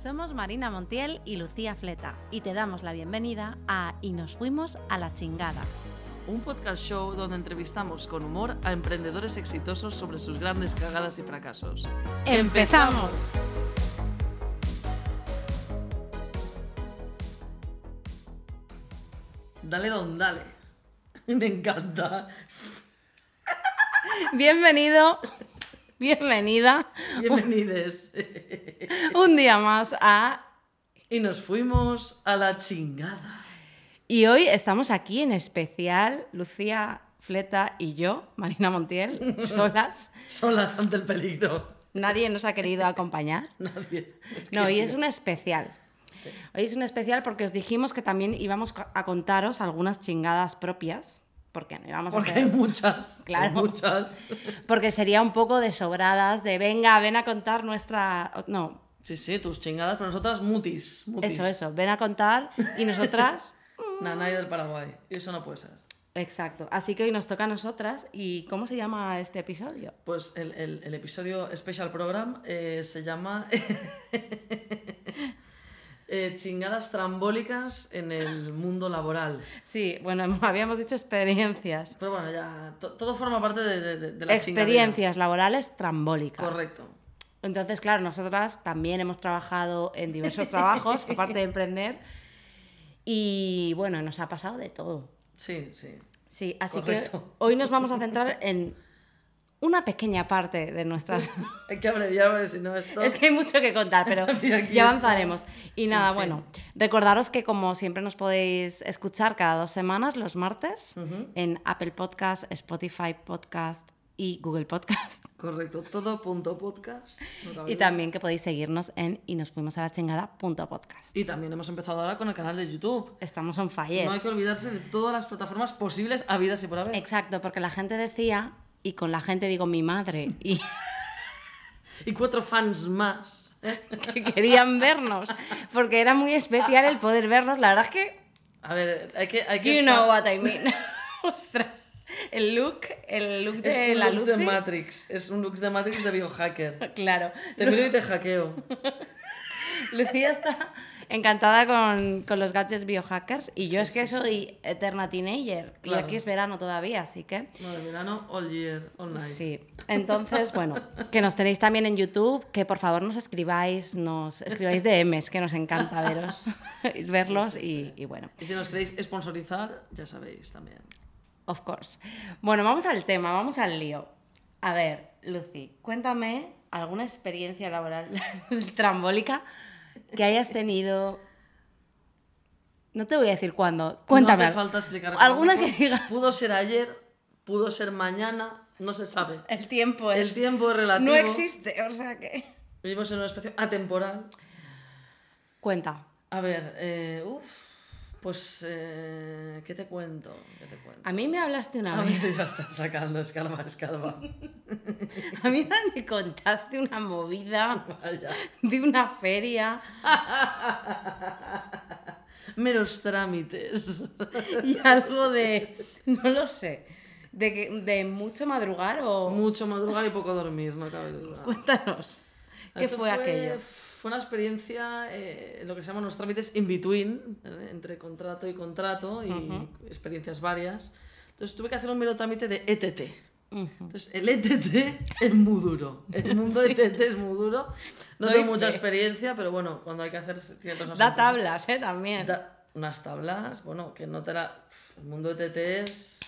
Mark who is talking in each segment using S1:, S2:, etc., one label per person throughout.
S1: Somos Marina Montiel y Lucía Fleta y te damos la bienvenida a Y nos fuimos a la chingada.
S2: Un podcast show donde entrevistamos con humor a emprendedores exitosos sobre sus grandes cagadas y fracasos.
S1: ¡Empezamos!
S2: Dale don, dale. Me encanta.
S1: Bienvenido, bienvenida,
S2: Bienvenides.
S1: un día más a...
S2: Y nos fuimos a la chingada.
S1: Y hoy estamos aquí en especial, Lucía Fleta y yo, Marina Montiel, solas.
S2: Solas ante el peligro.
S1: Nadie nos ha querido acompañar.
S2: Nadie.
S1: No, hoy es un especial. Hoy es un especial porque os dijimos que también íbamos co- a contaros algunas chingadas propias, porque no íbamos
S2: Porque
S1: a
S2: hay
S1: hacer...
S2: muchas.
S1: Claro.
S2: hay muchas.
S1: Porque sería un poco de sobradas, de venga, ven a contar nuestra... o- No,
S2: Sí, sí, tus chingadas, pero nosotras mutis. mutis.
S1: eso, eso, ven a contar y nosotras...
S2: Nanay del Paraguay. Eso no puede ser.
S1: Exacto, así que hoy nos toca a nosotras y ¿cómo se llama este episodio?
S2: Pues el, el- el episodio Special Program eh, se llama eh, Chingadas trambólicas en el mundo laboral.
S1: Sí, bueno, habíamos dicho experiencias.
S2: Pero bueno, ya to- todo forma parte de, de- de- de la chingadera.
S1: Experiencias laborales trambólicas.
S2: Correcto.
S1: Entonces, claro, nosotras también hemos trabajado en diversos trabajos, aparte de emprender, y bueno, nos ha pasado de todo.
S2: Sí, sí.
S1: Sí, así que
S2: Correcto.
S1: hoy nos vamos a centrar en una pequeña parte de nuestras...
S2: Hay que abreviar porque si no esto...
S1: Es que hay mucho que contar, pero
S2: Y aquí
S1: ya avanzaremos. Y
S2: sin
S1: nada,
S2: fin.
S1: bueno, recordaros que como siempre nos podéis escuchar cada dos semanas, los martes, en Apple Podcast, Spotify Podcast y Google Podcast.
S2: Correcto. Todo punto podcast. no cabe
S1: Y
S2: duda.
S1: también que podéis seguirnos en y nos fuimos a la chingada punto podcast.
S2: y también hemos empezado ahora con el canal de YouTube.
S1: Estamos on fire.
S2: No hay que olvidarse de todas las plataformas posibles habidas y por haber.
S1: Exacto, porque la gente decía, y con la gente digo mi madre, y
S2: Y cuatro fans más. ¿eh?
S1: que querían vernos, porque era muy especial el poder vernos. La verdad es que,
S2: A ver, hay que... Hay que
S1: you
S2: estar-
S1: know what I mean. Ostras, el look, el look de
S2: Es un
S1: la
S2: looks
S1: luz.
S2: de Matrix. Es un looks de Matrix de biohacker.
S1: Claro,
S2: Te miro y te hackeo.
S1: Lucía está encantada con, con los gadgets biohackers, y yo es que soy eterna teenager, y
S2: Claro.
S1: aquí es verano todavía, así que.
S2: No, de verano, all year, all night.
S1: Sí, entonces, bueno, que nos tenéis también en YouTube, que por favor nos escribáis, nos escribáis DMs, que nos encanta veros, verlos
S2: Sí, sí,
S1: Y, y bueno,
S2: Y si nos queréis sponsorizar, ya sabéis también.
S1: of course. Bueno, vamos al tema, vamos al lío. A ver, Lucy, cuéntame alguna experiencia laboral trambólica que hayas tenido. No te voy a decir cuándo, cuéntame.
S2: No hace falta explicar.
S1: Alguna
S2: cómo.
S1: que digas.
S2: Pudo ser ayer, pudo ser mañana, no se sabe.
S1: El tiempo
S2: El
S1: es.
S2: tiempo es relativo.
S1: Pues no existe, o sea que.
S2: Vivimos en un espacio atemporal.
S1: Cuenta.
S2: A ver, eh, uff, pues, eh, ¿qué te cuento? ¿Qué te cuento?
S1: A mí me hablaste una
S2: A
S1: vez.
S2: ver, ya está sacando, escalma, escalma.
S1: A mí me contaste una movida
S2: Vaya.
S1: de una feria.
S2: Meros trámites.
S1: y algo de, no lo sé, de, que- de mucho madrugar o...
S2: Mucho madrugar y poco dormir, no cabe duda.
S1: Cuéntanos, ¿qué
S2: Esto
S1: fue, aquello?
S2: Fue una experiencia, eh, lo que se llaman los trámites in between, ¿eh? entre contrato y contrato, y experiencias varias. Entonces tuve que hacer un mero trámite de ETT. Entonces, el ETT es muy duro. El mundo ETT es muy duro. No
S1: Doy
S2: tengo mucha
S1: fe.
S2: experiencia, pero bueno, cuando hay que hacer ciertos asuntos.
S1: Da tablas, ¿eh? También.
S2: Da unas tablas, bueno, que no te la... El mundo ETT es,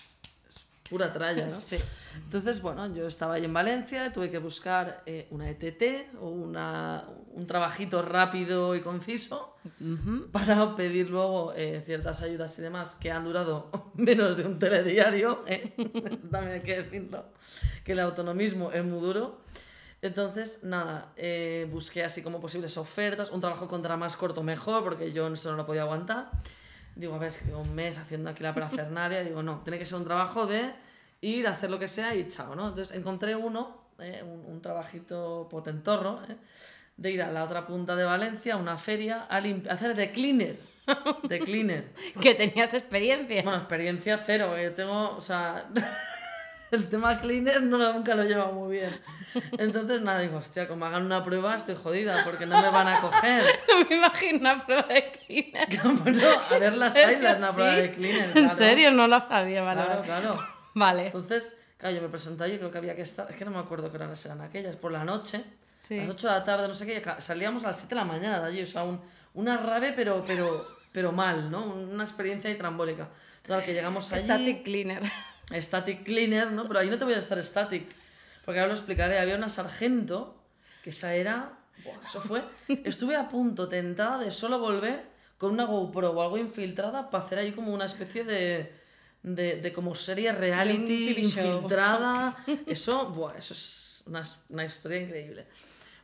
S2: es pura tralla, ¿no?
S1: Sí.
S2: Entonces, bueno, yo estaba ahí en Valencia, tuve que buscar eh, una ETT o una, un trabajito rápido y conciso para pedir luego eh, ciertas ayudas y demás que han durado menos de un telediario, ¿eh? también hay que decirlo, que el autonomismo es muy duro. Entonces, nada, eh, busqué así como posibles ofertas, un trabajo contra más corto mejor, porque yo eso no lo podía aguantar. Digo, a ver, es que llevo un mes haciendo aquí la parafernalia, digo, no, tiene que ser un trabajo de ir a hacer lo que sea y chao, ¿no? Entonces encontré uno, eh, un, un trabajito potentorro, ¿eh? de ir a la otra punta de Valencia, a una feria, a, limp- a hacer de cleaner, de cleaner.
S1: Que tenías experiencia.
S2: Bueno, experiencia cero, que yo tengo, o sea, el tema cleaner no, lo- nunca lo lleva muy bien. Entonces, nada, digo, hostia, como hagan una prueba estoy jodida porque no me van a coger.
S1: No me imagino una prueba de cleaner.
S2: Bueno, a ver las
S1: ¿En serio?
S2: islas, una prueba
S1: Sí.
S2: de cleaner.
S1: En
S2: claro.
S1: serio, no lo sabía, vale.
S2: Claro,
S1: vale.
S2: claro.
S1: Vale.
S2: Entonces, claro, yo me presenté, yo creo que había que estar, es que no me acuerdo qué horas eran aquellas, por la noche,
S1: Sí.
S2: a las 8 de la tarde, no sé qué, ca- salíamos a las 7 de la mañana de allí, o sea, un- una rave, pero, pero, pero mal, ¿no? Una experiencia ahí trambólica. Total, que llegamos allí... Ah.
S1: Static cleaner.
S2: Static Cleaner, ¿no? Pero ahí no te voy a estar static, porque ahora lo explicaré. Había una sargento, que esa era... Buah, eso fue... Estuve a punto, tentada, de solo volver con una GoPro o algo infiltrada para hacer ahí como una especie de... De, de como serie reality
S1: TV show.
S2: infiltrada. Eso, buah, eso es una, una historia increíble.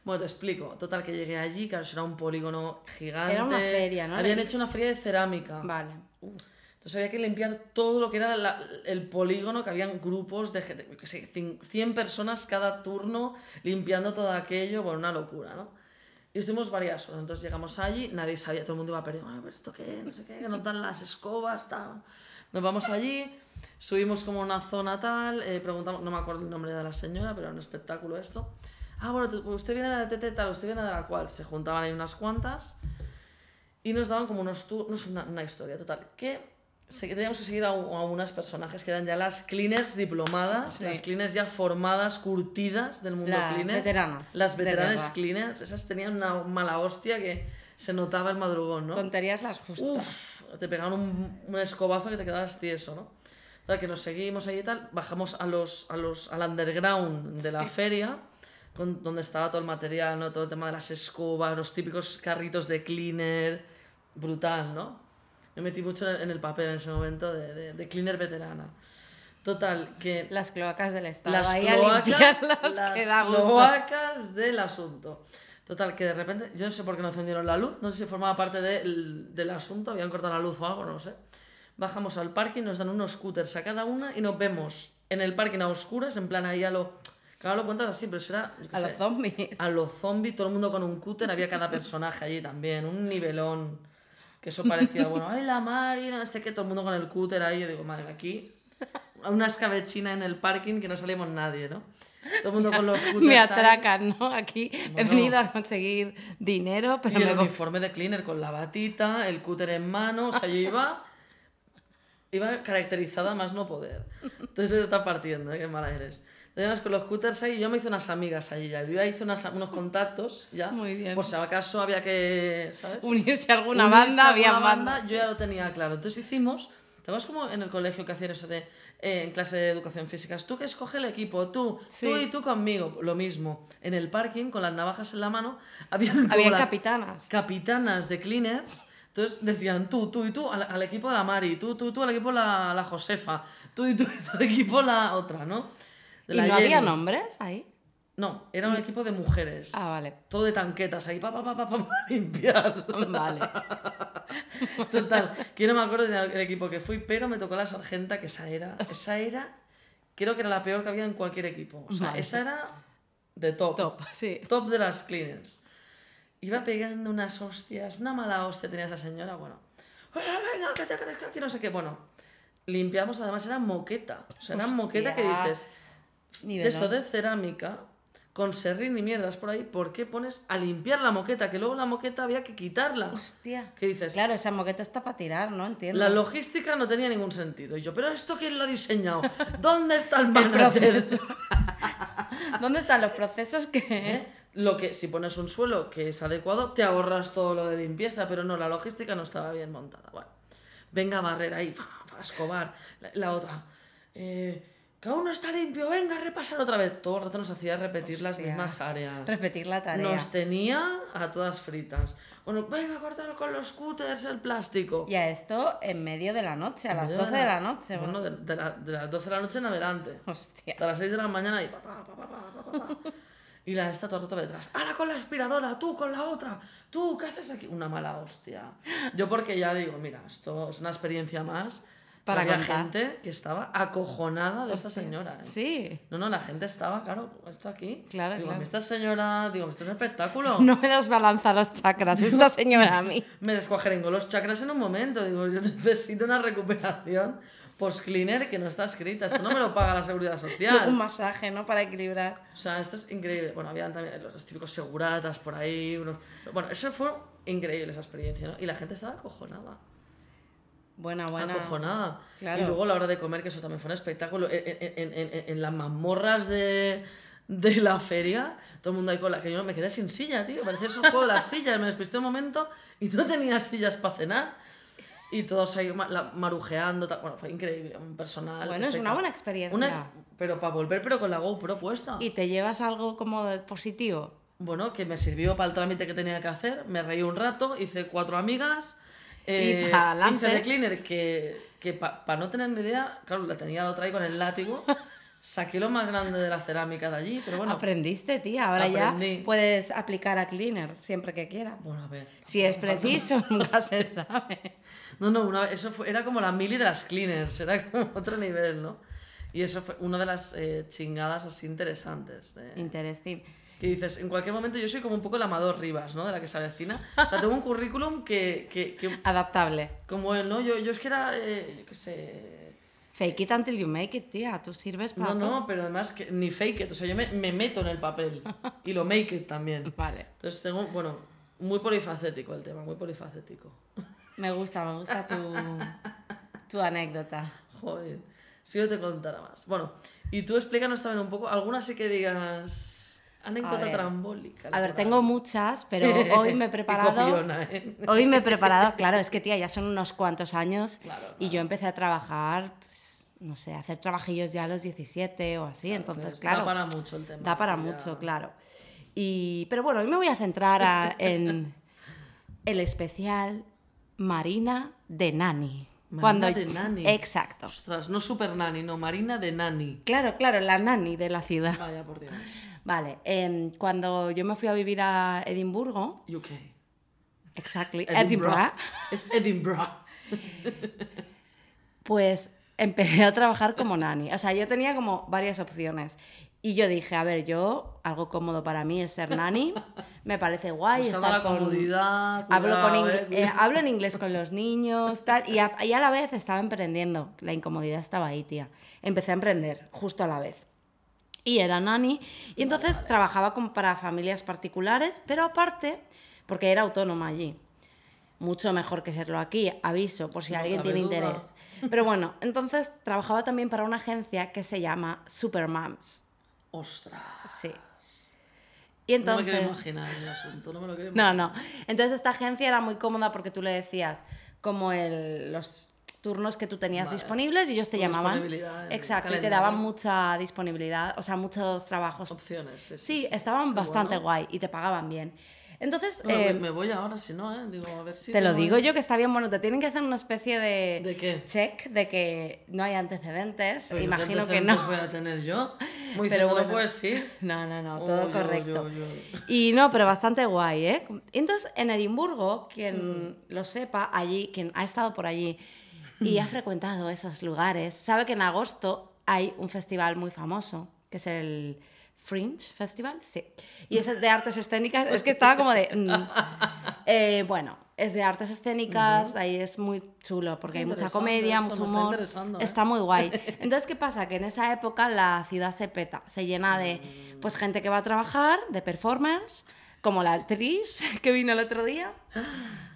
S2: Bueno, te explico. Total, que llegué allí, claro, eso era un polígono gigante.
S1: Era una feria, ¿no?
S2: Habían hecho una feria de cerámica.
S1: Vale.
S2: Entonces había que limpiar todo lo que era la- el polígono, que habían grupos de gente, yo qué sé, cin- 100 personas cada turno limpiando todo aquello, bueno, una locura, ¿no? Y estuvimos varias horas, entonces llegamos allí, nadie sabía, todo el mundo iba perdido, bueno, pero esto qué, no sé qué, que nos dan las escobas, tal. Nos vamos allí, subimos como a una zona tal, eh, preguntamos, no me acuerdo el nombre de la señora, pero era un espectáculo esto. Ah, bueno, tú- usted viene de la TT tal, usted viene de la cual, se juntaban ahí unas cuantas. Y nos daban como unos turnos, una, una historia total. Que se- teníamos que seguir a, u- a unas personajes que eran ya las cleaners diplomadas,
S1: Sí.
S2: las cleaners ya formadas, curtidas del mundo
S1: Las
S2: cleaner.
S1: veteranas,
S2: Las
S1: de
S2: veteranas
S1: guerra.
S2: cleaners. Esas tenían una mala hostia que se notaba el madrugón, ¿no?
S1: Tonterías las justas.
S2: Uf, te pegaban un, un escobazo que te quedabas tieso, ¿no? Tal, que nos seguimos ahí y tal, bajamos a los, a los, al underground de la feria, con, donde estaba todo el material, ¿no? Todo el tema de las escobas, los típicos carritos de cleaner, brutal, ¿no? Me metí mucho en el, en el papel en ese momento de, de- de cleaner veterana. Total, que
S1: Las cloacas del Estado.
S2: las
S1: Ahí a
S2: cloacas,
S1: limpiarlas
S2: las
S1: que da gusto.
S2: cloacas del asunto. Total, que de repente, yo no sé por qué no encendieron la luz, no sé si formaba parte del- del asunto, habían cortado la luz o algo, no lo sé. Bajamos al parking, nos dan unos scooters a cada una y nos vemos en el parking a oscuras, en plan ahí a lo... Claro, lo cuentas así, pero será... yo qué
S1: A los
S2: sé,
S1: zombies.
S2: a los zombies, todo el mundo con un cúter, había cada personaje allí también, un nivelón. Que eso parecía, bueno, ay, la Mari, no sé qué, todo el mundo con el cúter ahí. Yo digo, madre, aquí, una escabechina en el parking que no salimos nadie, ¿no? Todo el mundo con los cúteres.
S1: Me
S2: ahí.
S1: atracan, ¿no? Aquí he
S2: Bueno.
S1: venido a conseguir dinero, pero
S2: Y
S1: me
S2: el
S1: voy.
S2: uniforme de cleaner con la batita, el cúter en mano, o sea, yo iba. Iba caracterizada a más no poder. Entonces eso está partiendo, ¿eh? qué mala eres. Además, con los cúters ahí, yo me hice unas amigas ahí ya. Yo ya hice unas- unos contactos ya.
S1: Muy bien.
S2: Por si acaso había que. ¿Sabes?
S1: Unirse a alguna
S2: Unirse
S1: banda,
S2: a
S1: había
S2: alguna
S1: banda.
S2: Yo ya lo tenía claro. Entonces hicimos, ¿te acuerdas como en el colegio que hacían eso de, eh, en clase de educación física? Tú que escoge el equipo, tú,
S1: Sí.
S2: tú y tú conmigo. Lo mismo, en el parking, con las navajas en la mano, había como
S1: Habían
S2: las
S1: capitanas.
S2: capitanas de cleaners. Entonces decían tú, tú y tú al, al equipo de la Mari, tú, tú, tú al equipo la, la Josefa, tú y tú y tú al equipo la otra, ¿no? De
S1: ¿Y
S2: la
S1: no había
S2: Jenny.
S1: nombres ahí?
S2: No, era un equipo de mujeres.
S1: Ah, vale.
S2: Todo de tanquetas ahí, pa, pa, pa, pa, pa, pa, limpiar.
S1: Vale.
S2: Total, que yo no me acuerdo del del equipo que fui, pero me tocó la sargenta, que esa era. Esa era. Creo que era la peor que había en cualquier equipo. O sea,
S1: Vale.
S2: esa era de top.
S1: Top, sí.
S2: Top de las cleaners. Iba pegando unas hostias, una mala hostia tenía esa señora, bueno. "Bueno, Venga, que te crees que aquí no sé qué. Bueno, limpiamos, además era moqueta. O sea, era
S1: Hostia.
S2: moqueta que dices, de
S1: Nivelón.
S2: esto de cerámica, con serrín y mierdas por ahí, ¿por qué pones a limpiar la moqueta? Que luego la moqueta había que quitarla.
S1: Hostia.
S2: ¿Qué dices?
S1: Claro, esa moqueta está para tirar, ¿no? Entiendo.
S2: La logística no tenía ningún sentido. Y yo, ¿pero esto quién lo ha diseñado? ¿Dónde está el manager?
S1: proceso. ¿Dónde están los procesos que.?
S2: ¿Eh? Lo que si pones un suelo que es adecuado, te ahorras todo lo de limpieza, pero no, la logística no estaba bien montada. Bueno, venga a barrer ahí, va, va a escobar. La, la otra, eh, que aún no está limpio, venga a repasar otra vez. Todo el rato nos hacía repetir las
S1: Hostia.
S2: mismas áreas.
S1: Repetir la tarea.
S2: Nos tenía a todas fritas. Bueno, venga a cortar con los scooters el plástico.
S1: Y a esto en medio de la noche, a las
S2: Medio
S1: 12 de la noche.
S2: Bueno, de, de la- de las 12 de la noche en adelante.
S1: Hostia.
S2: Hasta las 6 de la mañana y pa, pa, pa, pa, pa, pa, pa, pa. Y la está todo el rato detrás. ¡Ahora con la aspiradora! ¡Tú con la otra! ¡Tú! ¿Qué haces aquí? Una mala hostia. Yo porque ya digo, mira, esto es una experiencia más.
S1: Para
S2: Había
S1: contar.
S2: gente que estaba acojonada de esta señora. ¿eh?
S1: Sí.
S2: No, no, la gente estaba, claro, esto aquí.
S1: Claro,
S2: digo,
S1: claro.
S2: esta señora, digo, esto es un espectáculo.
S1: No me desbalanza los chakras, esta señora a mí.
S2: Me descuajerengo los chakras en un momento. Digo, yo necesito una recuperación Post cleaner que no está escrita. Esto no me lo paga la seguridad
S1: Un
S2: social.
S1: masaje, ¿no? Para equilibrar.
S2: O sea, esto es increíble. Bueno, habían también los típicos seguratas por ahí. unos- Bueno, eso fue increíble esa experiencia, ¿no? Y la gente estaba acojonada.
S1: Buena, buena.
S2: acojonada.
S1: Claro.
S2: Y luego a la hora de comer, que eso también fue un espectáculo, en, en- en- en- en las mazmorras de, de la feria, todo el mundo ahí con la... Que yo me quedé sin silla, tío, parecía esos juegos de las sillas, me despisté un momento y no tenía sillas para cenar. Y todos ahí ma- la- marujeando, tal. bueno, fue increíble, un personal...
S1: Bueno, es una buena experiencia.
S2: Una es- pero para volver, pero con la GoPro puesta.
S1: ¿Y te llevas algo como de positivo?
S2: Bueno, que me sirvió para el trámite que tenía que hacer, me reí un rato, hice cuatro amigas,
S1: Y
S2: eh,
S1: pa'lante.
S2: hice de cleaner que, para no tener ni idea, claro, la tenía la otra ahí con el látigo, saqué lo más grande de la cerámica de allí, pero bueno,
S1: Aprendiste, tía. Ahora
S2: aprendí.
S1: ya puedes aplicar a Cleaner siempre que quieras.
S2: bueno, a ver.
S1: Si es preciso, nunca se sabe.
S2: No, no, una, eso fue, era como la mili de las cleaners, era como otro nivel, ¿no? Y eso fue una de las eh, chingadas así interesantes. de-
S1: Interesting.
S2: Que dices, en cualquier momento yo soy como un poco el Amador Rivas, ¿no? De la que se avecina. O sea, tengo un currículum que- que- que
S1: Adaptable.
S2: Como él, ¿no? Yo, yo es que era, eh, yo qué sé...
S1: Fake it until you make it, tía. Tú sirves para
S2: No,
S1: todo.
S2: no, pero además que, ni fake it, o sea, yo me, me meto en el papel y lo make it también.
S1: Vale.
S2: Entonces tengo, bueno, muy polifacético el tema, muy polifacético.
S1: Me gusta, me gusta tu, tu anécdota.
S2: Joder, si yo te contara más. Bueno, y tú explícanos también un poco, alguna sí que digas
S1: A
S2: anécdota
S1: ver.
S2: trambólica.
S1: A ver,
S2: laboral.
S1: tengo muchas, pero hoy me he
S2: Y
S1: preparado.
S2: copiona, ¿eh?
S1: Hoy me he preparado, claro, es que tía, ya son unos cuantos años
S2: Claro,
S1: y yo empecé a trabajar, pues, no sé, a hacer trabajillos ya a los 17 o así, entonces, claro.
S2: Da para mucho el tema.
S1: Da para
S2: ya.
S1: mucho, claro. Y, pero bueno, hoy me voy a centrar a- en el especial Marina de Nani.
S2: Marina de Nani.
S1: Exacto.
S2: Ostras, no super nani, no, Marina de nani.
S1: Claro, claro, la Nani de la ciudad.
S2: Vaya, por Dios.
S1: Vale, em, cuando yo me fui a vivir a Edimburgo,
S2: UK.
S1: exactly,
S2: Edinburgh.
S1: Edinburgh,
S2: Es Edinburgh.
S1: pues empecé a trabajar como nani. O sea, yo tenía como varias opciones. Y yo dije, a ver, yo, algo cómodo para mí es ser nani, me parece guay
S2: Buscando
S1: estar
S2: la
S1: con,
S2: comodidad.
S1: Hablo,
S2: cuidado,
S1: con
S2: eh,
S1: ingl- eh,
S2: cuidado.
S1: hablo en inglés con los niños, tal, y a, y a la vez estaba emprendiendo. La incomodidad estaba ahí, tía. Empecé a emprender justo a la vez. Y era nani, y entonces trabajaba con, para familias particulares, pero aparte, porque era autónoma allí. Mucho mejor que serlo aquí, aviso, por si
S2: No
S1: alguien
S2: cabe
S1: tiene
S2: duda.
S1: interés. Pero bueno, entonces trabajaba también para una agencia que se llama Supermoms.
S2: Ostras.
S1: Sí. Y
S2: No me
S1: entonces...
S2: quiero imaginar el asunto, no me lo quiero imaginar.
S1: No, no. Entonces esta agencia era muy cómoda porque tú le decías como el, los turnos que tú tenías
S2: Vale.
S1: disponibles y ellos te
S2: Tu
S1: llamaban.
S2: disponibilidad en el
S1: Exacto, y te
S2: calendario.
S1: daban mucha disponibilidad, o sea, muchos trabajos.
S2: Opciones. Sí, sí,
S1: Sí,
S2: sí.
S1: estaban
S2: Qué
S1: bastante
S2: bueno.
S1: guay y te pagaban bien. Entonces,
S2: Bueno,
S1: eh,
S2: me- me voy ahora, si no, ¿eh? Digo, a ver si.
S1: te lo
S2: tengo-
S1: digo yo que está bien, bueno, te tienen que hacer una especie de,
S2: ¿De qué?
S1: check de que no hay antecedentes,
S2: Pero ¿qué
S1: imagino que
S2: antecedentes
S1: no.
S2: voy "Pues a tener yo?
S1: Pero
S2: Muy pero bueno.
S1: bueno.
S2: puedes ir.
S1: No, no, no,
S2: Oh,
S1: todo
S2: yo,
S1: correcto.
S2: yo, yo.
S1: Y no, pero bastante guay, ¿eh? Entonces, en Edimburgo,
S2: Mm.
S1: quien lo sepa, allí, quien ha estado por allí
S2: Mm.
S1: y ha frecuentado esos lugares, sabe que en agosto hay un festival muy famoso, que es el Fringe Festival, sí. Y es de artes escénicas, es que estaba como de... mm. Eh, bueno, es de artes escénicas, ahí es muy chulo, porque
S2: Qué
S1: hay mucha
S2: interesante
S1: comedia,
S2: esto,
S1: mucho
S2: me está
S1: humor.
S2: interesando, ¿eh?
S1: Está muy guay. Entonces, ¿qué pasa? Que en esa época la ciudad se peta, se llena de
S2: Mm.
S1: pues gente que va a trabajar, de performers, como la actriz que vino el otro día.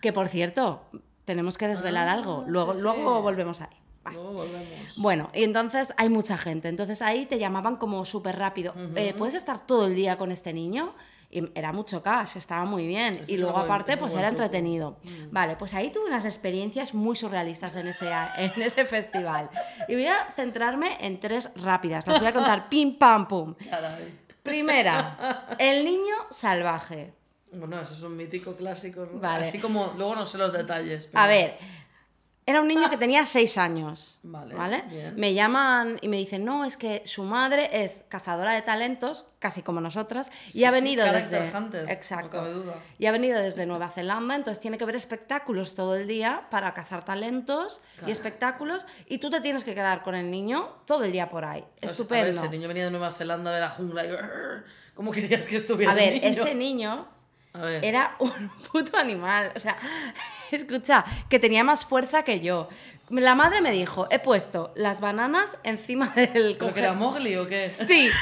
S1: Que por cierto, tenemos que desvelar
S2: Ah,
S1: algo. Luego,
S2: sí, sí.
S1: luego volvemos ahí. Va.
S2: Luego volvemos.
S1: Bueno, y entonces hay mucha gente. Entonces ahí te llamaban como súper rápido. Eh, ¿Puedes estar todo el día con este niño? Y era mucho cash, estaba muy bien.
S2: Eso
S1: y
S2: es
S1: luego
S2: un buen-
S1: aparte,
S2: es Mm. un
S1: pues
S2: buen
S1: era
S2: truco.
S1: entretenido. Vale, pues ahí tuve unas experiencias muy surrealistas en ese, en ese festival. Y voy a centrarme en tres rápidas. Las voy a contar pim pam pum.
S2: Caray.
S1: Primera, el niño salvaje.
S2: Bueno, eso es un mítico clásico. ¿no?
S1: Vale.
S2: Así como, luego no sé los detalles. pero-
S1: A ver, era un niño que tenía seis años.
S2: Vale,
S1: Vale.
S2: bien.
S1: Me llaman y me dicen, no, es que su madre es cazadora de talentos, casi como nosotras, y
S2: Sí,
S1: ha
S2: sí,
S1: venido
S2: character
S1: desde.
S2: hunter, No
S1: Exacto.
S2: cabe duda.
S1: y ha venido desde Nueva Zelanda, entonces tiene que ver espectáculos todo el día para cazar talentos
S2: Caray.
S1: y espectáculos, y tú te tienes que quedar con el niño todo el día por ahí.
S2: Pues,
S1: Estupendo.
S2: A ver, ese niño venía de Nueva Zelanda de la jungla y ¿Cómo querías que estuviera
S1: A ver,
S2: el niño?
S1: ese niño
S2: A ver.
S1: Era un puto animal. O sea, escucha, que tenía más fuerza que yo. La madre me dijo, he puesto las bananas encima del
S2: ¿Pero que era
S1: congelador.
S2: Mowgli o qué?
S1: Sí.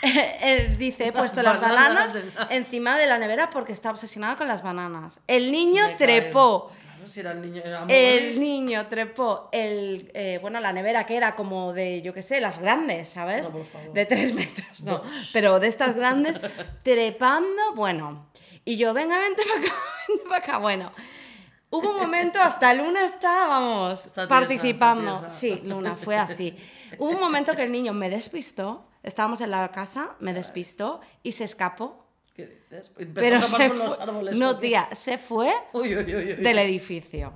S1: Eh, eh, dice, he puesto las
S2: Las
S1: bananas
S2: bananas de la-
S1: encima de la nevera porque está obsesionada con las bananas. El niño
S2: Me cae.
S1: trepó.
S2: Claro, si era el niño, era
S1: El
S2: Mowgli.
S1: niño trepó el, eh, bueno, la nevera que era como de, yo qué sé, las grandes, ¿sabes?
S2: No, por favor.
S1: De tres metros, no, pero de estas grandes, trepando, bueno. Y yo, venga, vente para acá, vente para acá, bueno. Hubo un momento, hasta Luna está, vamos,
S2: Está tiesa,
S1: participando.
S2: está tiesa.
S1: Sí, Luna, fue así. Hubo un momento que el niño me despistó, estábamos en la casa, me despistó y se escapó.
S2: ¿Qué dices? Empezó
S1: Pero
S2: a tapar
S1: se
S2: con
S1: fue.
S2: los árboles,
S1: No,
S2: ¿o qué?
S1: tía, se fue
S2: Uy, uy, uy, uy.
S1: del edificio.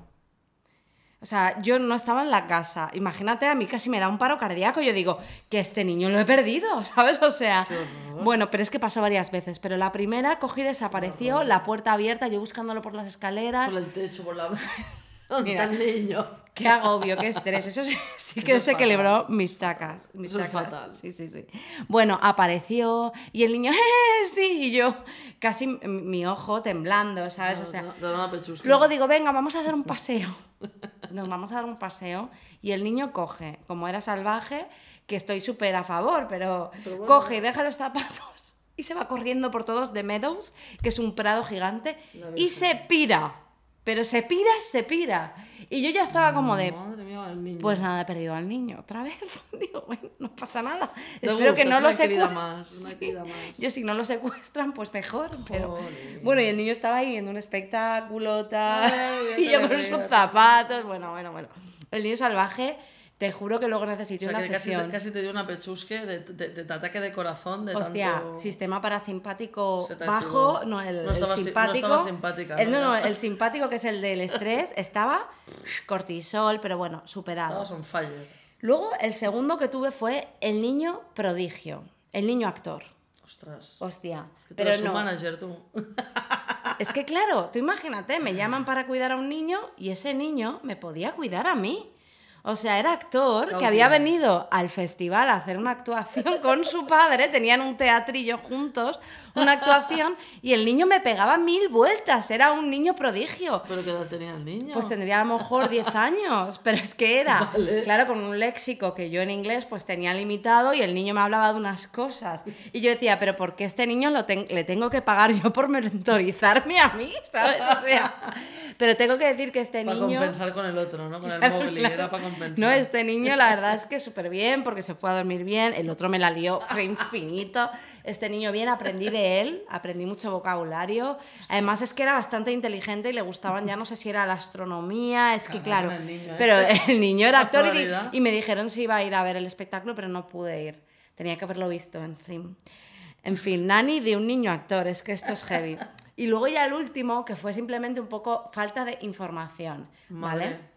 S1: O sea, yo no estaba en la casa. Imagínate, a mí casi me da un paro cardíaco. Yo digo, que este niño lo he perdido, ¿sabes? O sea,
S2: Qué horror.
S1: bueno, pero es que pasó varias veces. Pero la primera cogí, desapareció, la puerta abierta, yo buscándolo por las escaleras.
S2: Por el techo, por la... ¿Dónde
S1: Mira.
S2: está el niño?
S1: Qué agobio, qué estrés. Eso sí, sí que
S2: Eso es
S1: se
S2: fatal.
S1: quebró mis chacas. Mis
S2: Eso es
S1: chacas.
S2: fatal.
S1: Sí, sí, sí. Bueno, apareció y el niño, ¡eh! Sí, y yo casi m- mi ojo temblando, ¿sabes? O sea,
S2: Te dan una pechusca.
S1: Luego digo, venga, vamos a dar un paseo. Nos vamos a dar un paseo. Y el niño coge, como era salvaje, que estoy súper a favor, pero,
S2: Pero bueno.
S1: coge y deja los zapatos y se va corriendo por todos de Meadows, que es un prado gigante,
S2: La
S1: y
S2: Virgen.
S1: se pira. Pero se pira, se pira. Y yo ya estaba como de,
S2: Madre mía, el niño.
S1: pues nada, he perdido al niño otra vez. Digo, bueno, no pasa nada.
S2: Te
S1: Espero
S2: gusta,
S1: que no
S2: es
S1: lo
S2: una querida
S1: secuestren.
S2: más, una querida más.
S1: Yo si no lo secuestran, pues mejor. Pero...
S2: Jolín.
S1: Bueno, y el niño estaba ahí viendo un espectáculo, tal,
S2: Ay,
S1: y yo
S2: viendo
S1: con
S2: la
S1: sus
S2: vida.
S1: zapatos. Bueno, bueno, bueno. El niño salvaje, te juro que luego necesité
S2: O sea,
S1: una
S2: que casi,
S1: sesión.
S2: te, casi te dio una pechusque de, de- de- de ataque de corazón de
S1: Hostia,
S2: tanto...
S1: sistema parasimpático
S2: Se te
S1: bajo,
S2: activó.
S1: no, el,
S2: No
S1: el
S2: estaba si- no
S1: simpático.
S2: estaba simpática,
S1: el,
S2: ¿no?
S1: no, no, el simpático que es el del estrés, estaba cortisol, pero bueno, superado.
S2: Estabas on fire.
S1: Luego, el segundo que tuve fue el niño prodigio, el niño actor.
S2: Ostras.
S1: Hostia.
S2: Que tú
S1: Pero
S2: eres un
S1: no.
S2: manager, tú.
S1: Es que claro, tú imagínate, me llaman para cuidar a un niño y ese niño me podía cuidar a mí. O sea, era actor que
S2: Cautiva.
S1: había venido al festival a hacer una actuación con su padre, tenían un teatrillo juntos, una actuación, y el niño me pegaba mil vueltas, era un niño prodigio.
S2: ¿Pero qué edad tenía el niño?
S1: Pues tendría a lo mejor 10 años, pero es que era,
S2: Vale.
S1: claro, con un léxico que yo en inglés pues tenía limitado y el niño me hablaba de unas cosas. Y yo decía, pero ¿por qué este niño lo ten- le tengo que pagar yo por mentorizarme a mí? ¿Sabes? O sea, pero tengo que decir que este
S2: Para
S1: niño...
S2: compensar con el otro, ¿no? Con el
S1: Claro,
S2: móvil.
S1: claro.
S2: Era para compensar.
S1: No, este niño la verdad es que súper bien porque se fue a dormir bien, el otro me la lió fue infinito. Este niño bien, aprendí de él, aprendí mucho vocabulario. Además es que era bastante inteligente y le gustaban ya no sé si era la astronomía, es que
S2: Cagón
S1: claro,
S2: el niño este.
S1: pero el niño era
S2: La
S1: actor y, di-
S2: probabilidad.
S1: y me dijeron si iba a ir a ver el espectáculo, pero no pude ir. Tenía que haberlo visto, en fin. En fin, Nani de un niño actor, es que esto es heavy. Y luego ya el último, que fue simplemente un poco falta de información, ¿vale?
S2: Madre.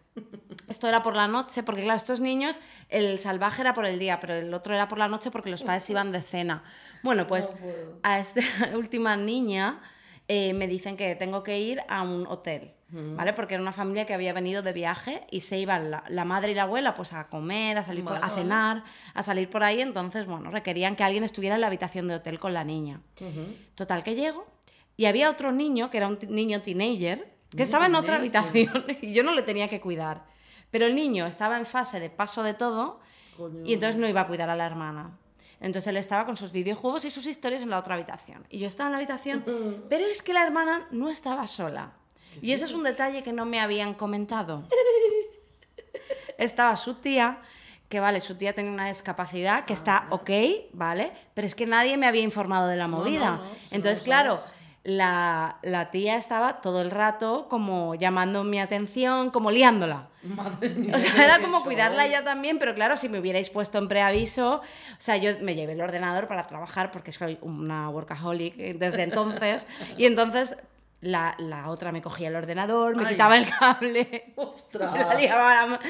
S1: Esto era por la noche, porque claro, estos niños, el salvaje era por el día, pero el otro era por la noche porque los padres iban de cena. Bueno, pues
S2: No puedo.
S1: a esta última niña eh, me dicen que tengo que ir a un hotel, ¿vale? Porque era una familia que había venido de viaje y se iban la, la madre y la abuela pues a comer, a salir, por-
S2: Vale,
S1: a
S2: vale.
S1: cenar, a salir por ahí, entonces, bueno, requerían que alguien estuviera en la habitación de hotel con la niña.
S2: Ujú.
S1: Total, que llego y había otro niño, que era un ti- niño teenager, que
S2: Niño
S1: estaba en otra
S2: teenager.
S1: habitación y yo no le tenía que cuidar. Pero el niño estaba en fase de paso de todo
S2: Coño.
S1: y entonces no iba a cuidar a la hermana. Entonces él estaba con sus videojuegos y sus historias en la otra habitación. Y yo estaba en la habitación, pero es que la hermana no estaba sola. Y ese es un detalle que no me habían comentado. Estaba su tía, que vale, su tía tenía una discapacidad, que está ok, ¿vale? Pero es que nadie me había informado de la
S2: Ah. no,
S1: movida.
S2: no, si no
S1: entonces,
S2: lo
S1: claro,
S2: sabes.
S1: la, la tía estaba todo el rato como llamando mi atención, como liándola.
S2: Madre mía.
S1: O sea, era
S2: qué
S1: como
S2: show.
S1: cuidarla ya también, pero claro, si me hubierais puesto en preaviso, o sea, yo me llevé el ordenador para trabajar porque soy una workaholic eh, desde entonces, y entonces la, la otra me cogía el ordenador, me
S2: Ay.
S1: quitaba el cable, la
S2: ¡Ostras!
S1: liaba la ma-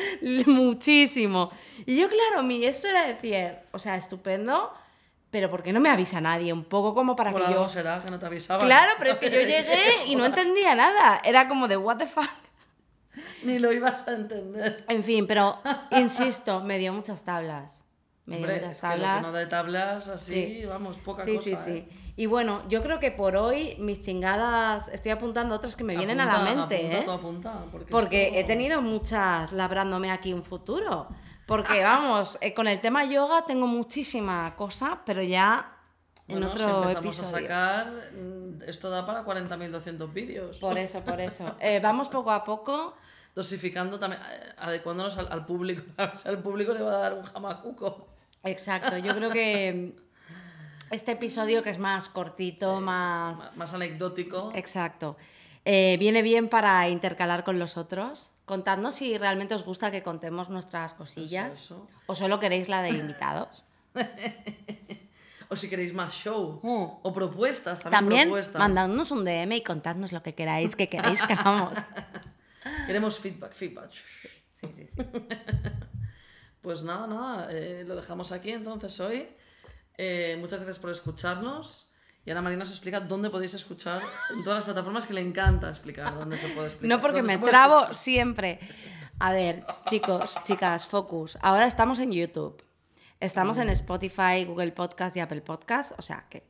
S1: muchísimo. Y yo, claro, mi esto era decir, o sea, estupendo, pero ¿por qué no me avisa nadie? Un poco como para
S2: Por
S1: que
S2: algo
S1: yo...
S2: será que no te avisaban.
S1: Claro, pero es que yo llegué y no entendía nada, era como de what the fuck.
S2: Ni lo ibas a entender.
S1: En fin, pero insisto, me dio muchas tablas. Me dio
S2: Hombre,
S1: muchas
S2: es que lo que
S1: tablas.
S2: no de tablas así,
S1: Sí.
S2: vamos, poca
S1: Sí,
S2: cosa.
S1: sí, sí.
S2: ¿eh?
S1: Y bueno, yo creo que por hoy mis chingadas, estoy apuntando otras que me vienen a la
S2: Apunta,
S1: mente,
S2: apunta,
S1: ¿eh?
S2: tú apunta, porque,
S1: Porque
S2: esto-
S1: he tenido muchas labrándome aquí un futuro. Porque vamos, eh, con el tema yoga tengo muchísima cosa, pero ya en
S2: Bueno, si
S1: otro
S2: empezamos
S1: episodio.
S2: a sacar, mm, esto da para 40.200 vídeos.
S1: Por eso, por eso. Eh, vamos poco a poco.
S2: Dosificando también, eh, adecuándonos al, al público. A ver si al público le va a dar un jamacuco.
S1: Exacto. Yo creo que este episodio que es más cortito,
S2: Sí, sí, sí,
S1: más
S2: más, más anecdótico.
S1: Exacto. Eh, viene bien para intercalar con los otros. Contadnos si realmente os gusta que contemos nuestras cosillas.
S2: Pues Eso,
S1: O solo queréis la de invitados.
S2: O si queréis más show.
S1: Mm.
S2: O propuestas, también,
S1: También
S2: propuestas.
S1: mandadnos un DM y contadnos lo que queráis, que queréis que hagamos.
S2: Queremos feedback, feedback.
S1: Sí, sí, sí.
S2: Pues nada, nada, eh, lo dejamos aquí entonces hoy. Eh, muchas gracias por escucharnos. Y ahora Marina os explica dónde podéis escuchar en todas las plataformas que le encanta explicar dónde se puede explicar.
S1: No porque
S2: dónde
S1: me
S2: se puede
S1: trabo
S2: escuchar.
S1: siempre. A ver, chicos, chicas, focus. Ahora estamos en YouTube. Estamos en Spotify, Google Podcast y Apple Podcast. O sea que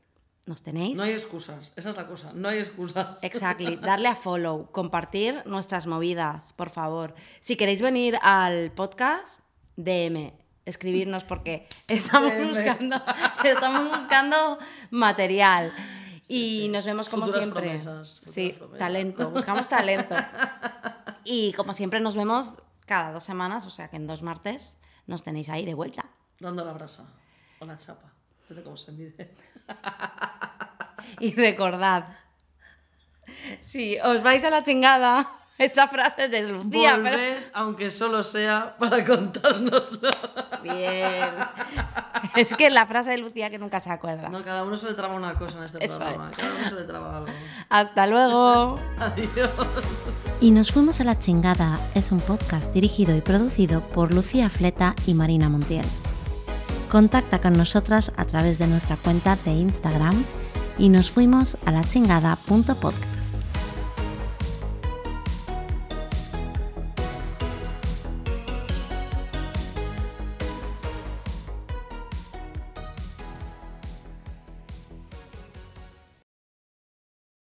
S1: nos tenéis.
S2: No hay excusas, esa es la cosa, no hay excusas.
S1: Exactly, darle a follow, compartir nuestras movidas, por favor. Si queréis venir al podcast, DM, escribirnos porque estamos
S2: DM.
S1: buscando, estamos buscando material. y
S2: Sí, sí.
S1: nos vemos como
S2: Futuras
S1: siempre.
S2: promesas, futuras
S1: sí,
S2: promesas.
S1: talento, buscamos talento. Y como siempre nos vemos cada dos semanas, o sea que en dos martes nos tenéis ahí de vuelta.
S2: Dando la brasa o la chapa, depende cómo se mide.
S1: Y recordad, si os vais a la chingada, esta frase es de Lucía, pero...
S2: Volved, aunque solo sea para contárnoslo.
S1: Bien. Es que la frase de Lucía que nunca se acuerda.
S2: No, cada uno se le traba una cosa en este
S1: Eso
S2: programa,
S1: es.
S2: cada uno se le traba algo.
S1: Hasta luego.
S2: Adiós.
S3: Y nos fuimos a la chingada es un podcast dirigido y producido por Lucía Fleta y Marina Montiel. Contacta con nosotras a través de nuestra cuenta de Instagram y nos fuimos a la chingada.podcast.